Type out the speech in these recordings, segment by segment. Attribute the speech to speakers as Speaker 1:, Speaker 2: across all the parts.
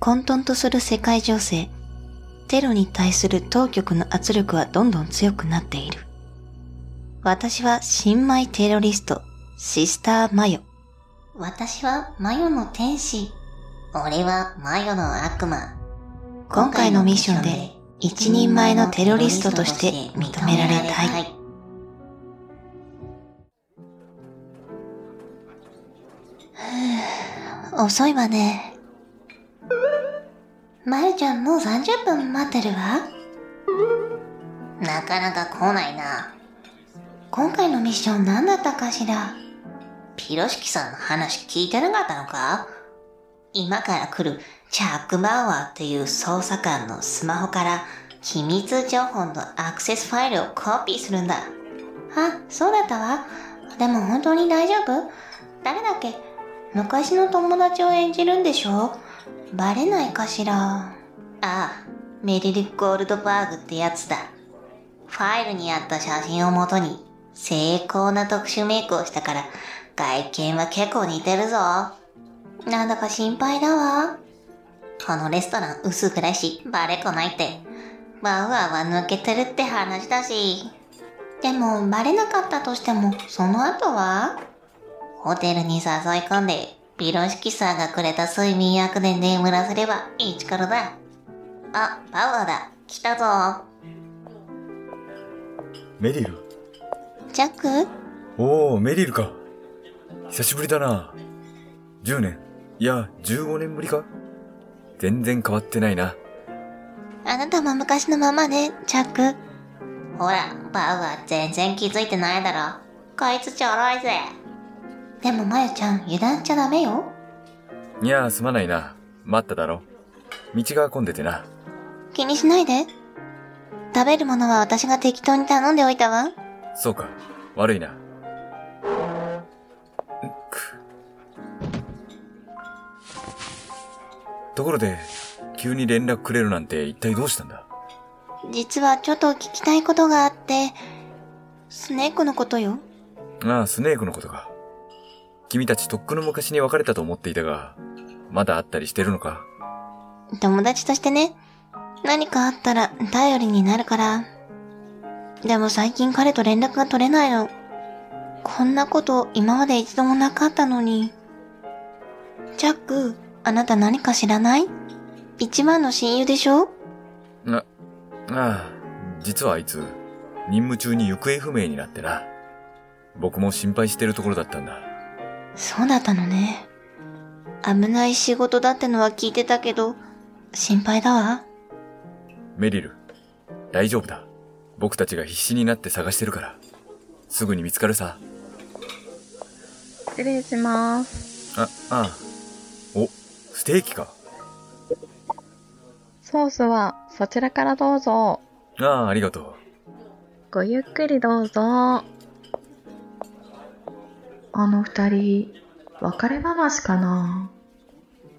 Speaker 1: 混沌とする世界情勢。テロに対する当局の圧力はどんどん強くなっている。私は新米テロリスト、シスターマヨ。
Speaker 2: 私はマヨの天使。俺はマヨの悪魔。
Speaker 1: 今回のミッションで一人前のテロリストとして認められたい。
Speaker 2: ふぅ、 遅いわね。まゆちゃんもう30分待ってるわ。なかなか来ないな。今回のミッション何だったかしらピロシキさんの話聞いてなかったのか今から来るチャック・バウアーっていう捜査官のスマホから機密情報のアクセスファイルをコピーするんだ。あ、そうだったわ。でも本当に大丈夫誰だっけ昔の友達を演じるんでしょバレないかしら。ああ、メリル・ゴールドバーグってやつだ。ファイルにあった写真をもとに成功な特殊メイクをしたから外見は結構似てるぞ。なんだか心配だわ。このレストラン薄暗いし、バレっこないって。バウアーは抜けてるって話だし。でも、バレなかったとしても、その後はホテルに誘い込んで、ピロシキさんがくれた睡眠薬で眠らせれば、イチコロだ。あ、バウアーだ。来たぞ。
Speaker 3: メリル。
Speaker 2: ジャック
Speaker 3: おお、メリルか。久しぶりだな。10年。いや、15年ぶりか全然変わってないな。
Speaker 2: あなたも昔のままね、チャック。ほら、バウは全然気づいてないだろ。こいつちょろいぜ。でもまゆちゃん、油断しちゃダメよ。
Speaker 3: いや、すまないな。待っただろ。道が混んでてな。
Speaker 2: 気にしないで。食べるものは私が適当に頼んでおいたわ。
Speaker 3: そうか。悪いな。ところで、急に連絡くれるなんて一体どうしたんだ
Speaker 2: 実はちょっと聞きたいことがあって、スネークのことよ。
Speaker 3: ああ、スネークのことか。君たちとっくの昔に別れたと思っていたが、まだ会ったりしてるのか
Speaker 2: 友達としてね、何かあったら頼りになるから。でも最近彼と連絡が取れないの。こんなこと今まで一度もなかったのに。ジャック、あなた何か知らない一番の親友でしょ
Speaker 3: あ、ああ、実はあいつ、任務中に行方不明になってな。僕も心配してるところだったんだ。
Speaker 2: そうだったのね。危ない仕事だってのは聞いてたけど、心配だわ。。
Speaker 3: メリル、大丈夫だ。僕たちが必死になって探してるから。すぐに見つかるさ。
Speaker 4: 失礼します。
Speaker 3: あ、ああ。お、ステーキか。
Speaker 4: ソースはそちらからどうぞ。
Speaker 3: ああ、ありがと
Speaker 4: う。ごゆっくりどうぞ。あの二人、別れ話かな。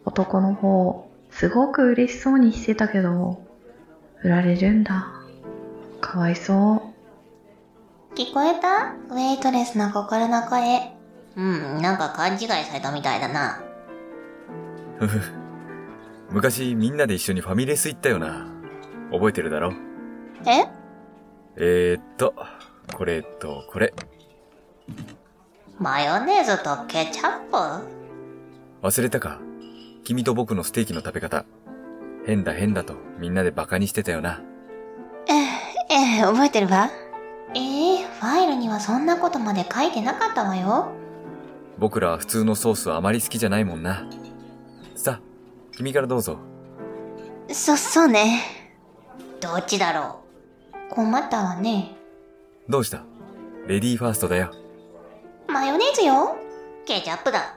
Speaker 4: 男の方、すごく嬉しそうにしてたけど、振られるんだ。かわいそう
Speaker 2: 聞こえたウェイトレスの心の声。うん、なんか勘違いされたみたいだな。
Speaker 3: ふふ。 昔みんなで一緒にファミレス行ったよな。覚えてるだろ
Speaker 2: え
Speaker 3: えー、っと、これとこれ。
Speaker 2: マヨネーズとケチャップ
Speaker 3: 忘れたか君と僕のステーキの食べ方。変だ変だとみんなでバカにしてたよな。
Speaker 2: ええ、ええ、覚えてるわ。ええ、ファイルにはそんなことまで書いてなかったわよ。
Speaker 3: 僕らは普通のソースはあまり好きじゃないもんな。さあ、君からどうぞ。
Speaker 2: そ、そうね。どっちだろう。困ったわね。
Speaker 3: どうしたレディーファーストだよ。
Speaker 2: マヨネーズよ。ケチャップだ。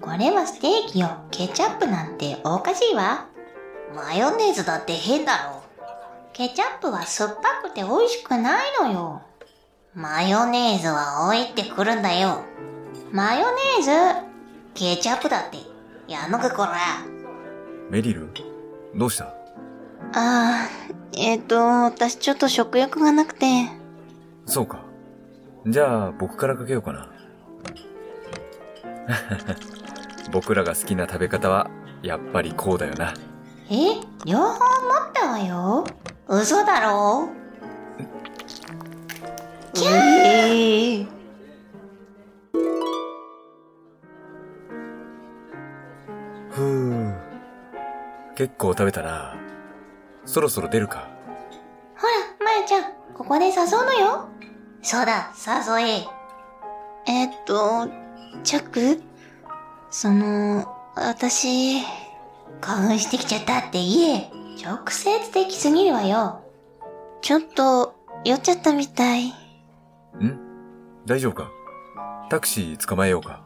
Speaker 2: これはステーキよ。ケチャップなんておかしいわ。マヨネーズだって変だろ。ケチャップは酸っぱくて美味しくないのよ。マヨネーズは置いてくるんだよ。マヨネーズケチャップだって。やのかこら
Speaker 3: メリルどうした
Speaker 2: ああえっ、ー、と私ちょっと食欲がなくて
Speaker 3: そうかじゃあ、僕からかけようかな。 僕らが好きな食べ方は、やっぱりこうだよな。
Speaker 2: え両方持ったわよ嘘だろキャー、
Speaker 3: ふう。結構食べたな。そろそろ出るか。
Speaker 2: ほら、まやちゃん、ここで誘うのよそうだ、誘え。
Speaker 1: えーっと、チャックその、私、
Speaker 2: 興奮してきちゃったって言え。直接的すぎるわよ。
Speaker 1: ちょっと、酔っちゃったみたい。
Speaker 3: ん大丈夫かタクシー捕まえようか。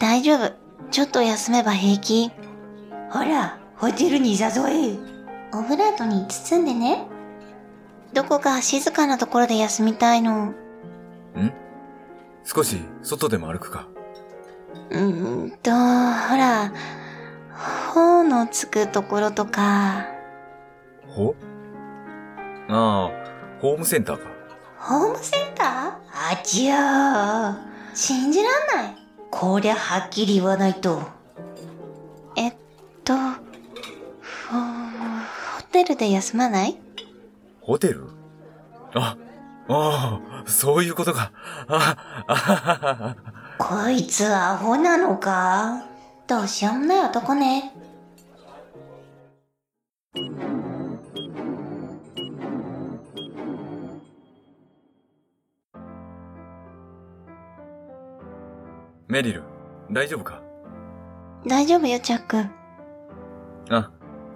Speaker 1: 大丈夫。ちょっと休めば平気。
Speaker 2: ほら、ホテルに誘え。オブラートに包んでね。
Speaker 1: どこか静かなところで休みたいの。
Speaker 3: ん少し外でも歩くか。
Speaker 1: うーんと、ほら、頬のつくところとか。
Speaker 3: ほああ、ホームセンターか。
Speaker 2: ホームセンターあちゃー。信じらんない。こりゃはっきり言わないと。
Speaker 1: えっと、ほホテルで休まない
Speaker 3: ホテルあ、ああ、そういうことか。あ、あははは
Speaker 2: こいつアホなのかどうしようもない男ね。
Speaker 3: メリル、大丈夫か
Speaker 1: 大丈夫よ、チャック。
Speaker 3: あ、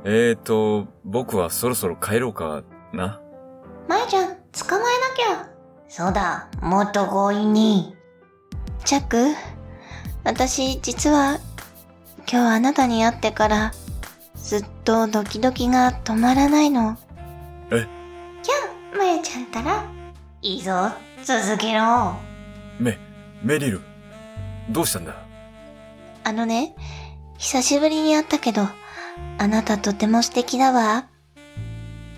Speaker 3: えーと、僕はそろそろ帰ろうかな。
Speaker 2: まゆちゃん、捕まえなきゃ。そうだ、もっと強引に。
Speaker 1: チャック私、実は、今日あなたに会ってから、ずっとドキドキが止まらないの。
Speaker 2: まゆちゃんったら、いいぞ、続けろ。
Speaker 3: メ、メリル、どうしたんだ
Speaker 1: あのね、久しぶりに会ったけど、あなたとても素敵だわ。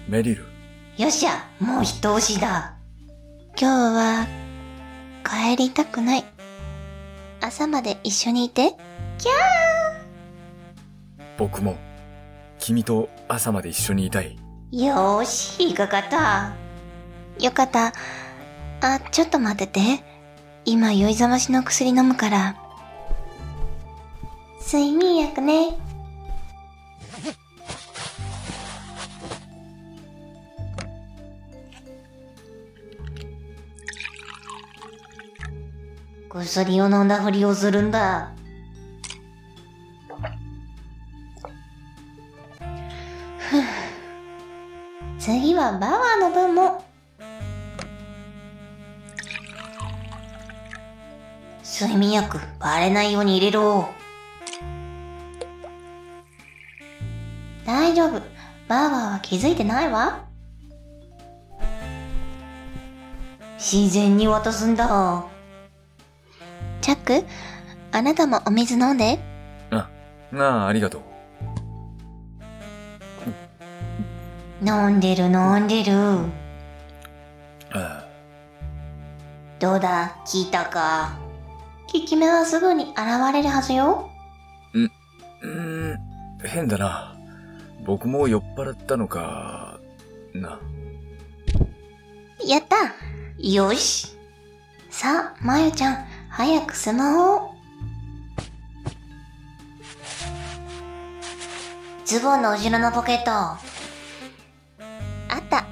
Speaker 3: メリル、
Speaker 2: よっしゃ、もう一押しだ。
Speaker 1: 今日は、帰りたくない。朝まで一緒にいて。
Speaker 3: 僕も、君と朝まで一緒にいたい。
Speaker 2: よーし、引っかかった。
Speaker 1: よかった。あ、ちょっと待ってて。今酔いざましの薬飲むから。
Speaker 2: 睡眠薬ね。薬を飲んだふりをするんだ。ふう次はバワーの分も。睡眠薬、バレないように入れろ。大丈夫。バーバーは気づいてないわ。自然に渡すんだ。
Speaker 1: チャック、あなたもお水飲んで。
Speaker 3: ああ、ありがとう。
Speaker 2: 飲んでる飲んでる。
Speaker 3: あ
Speaker 2: どうだ聞いたか。効き目はすぐに現れるはずよ。
Speaker 3: あうーん、変だな。僕も酔っ払ったのか、な。
Speaker 2: やったよしさあ、まゆちゃん、早くスマホを。ズボンの後ろのポケット。あった。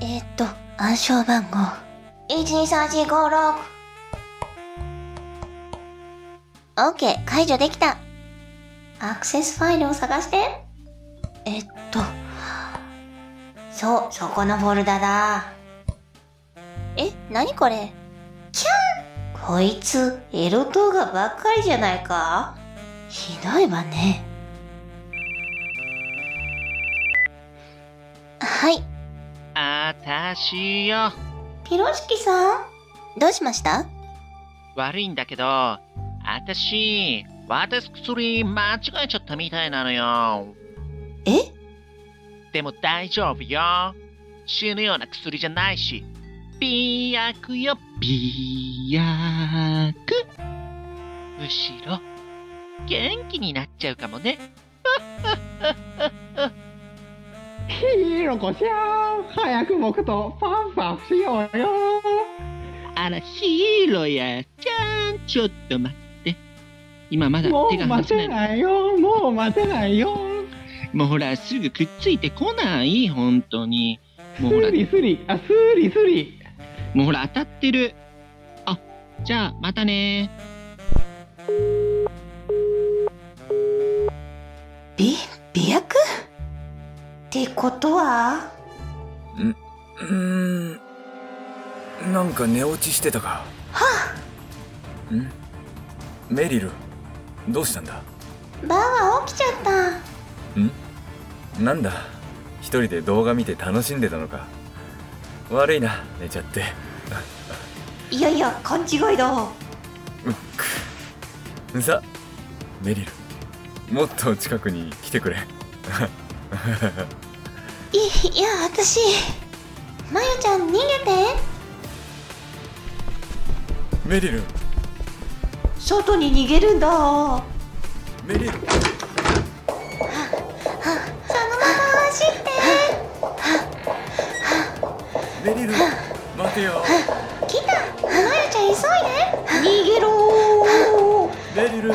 Speaker 1: えーっと、暗証番号。
Speaker 2: 12345
Speaker 1: オッケー、解除できた。
Speaker 2: アクセスファイルを探して。
Speaker 1: えーっと、
Speaker 2: そう、そこのフォルダだ。
Speaker 1: え、なにこれ
Speaker 2: こいつ、エロ動画ばっかりじゃないか
Speaker 1: ひどいわね。はい、
Speaker 5: あたしよ。
Speaker 2: ピロシキさん
Speaker 1: どうしました
Speaker 5: 悪いんだけど、あたし、私薬間違えちゃったみたいなのよ。
Speaker 1: え
Speaker 5: でも大丈夫よ。死ぬような薬じゃないし。美薬よ、美薬。むしろ、元気になっちゃうかもね。
Speaker 6: ひろこちゃん、早く僕とパンパンしようよ。
Speaker 5: あら、ヒーローやちゃん、ちょっと待って。今まだ
Speaker 6: も
Speaker 5: 手
Speaker 6: う
Speaker 5: が
Speaker 6: 待
Speaker 5: 離せな
Speaker 6: て
Speaker 5: い。
Speaker 6: ないよ、もう待てないよ。
Speaker 5: もうほら、すぐくっついてこない、本当に。もうほら
Speaker 6: ス、リスリ、あ、スリスリ。
Speaker 5: もうほら、当たってる。あ、じゃあ、またね
Speaker 1: び、美薬
Speaker 2: てことは
Speaker 3: うーん。なんか寝落ちしてたか。んメリル、どうしたんだ
Speaker 2: バーが起きちゃった。
Speaker 3: なんだ一人で動画見て楽しんでたのか。悪いな、寝ちゃって。
Speaker 2: いやいや、勘違いだ。
Speaker 3: うっく。さ、メリル、もっと近くに来てくれ。
Speaker 2: い、いや、私。まゆちゃん、逃げて。
Speaker 3: メリル、
Speaker 2: 外に逃げるんだ。その
Speaker 3: メリル、
Speaker 2: まま走って。
Speaker 3: メリル、待てよ。
Speaker 2: 来た。まゆちゃん、急いで。逃げろー。
Speaker 3: メリル、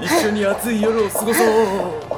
Speaker 3: 一緒に暑い夜を過ごそう。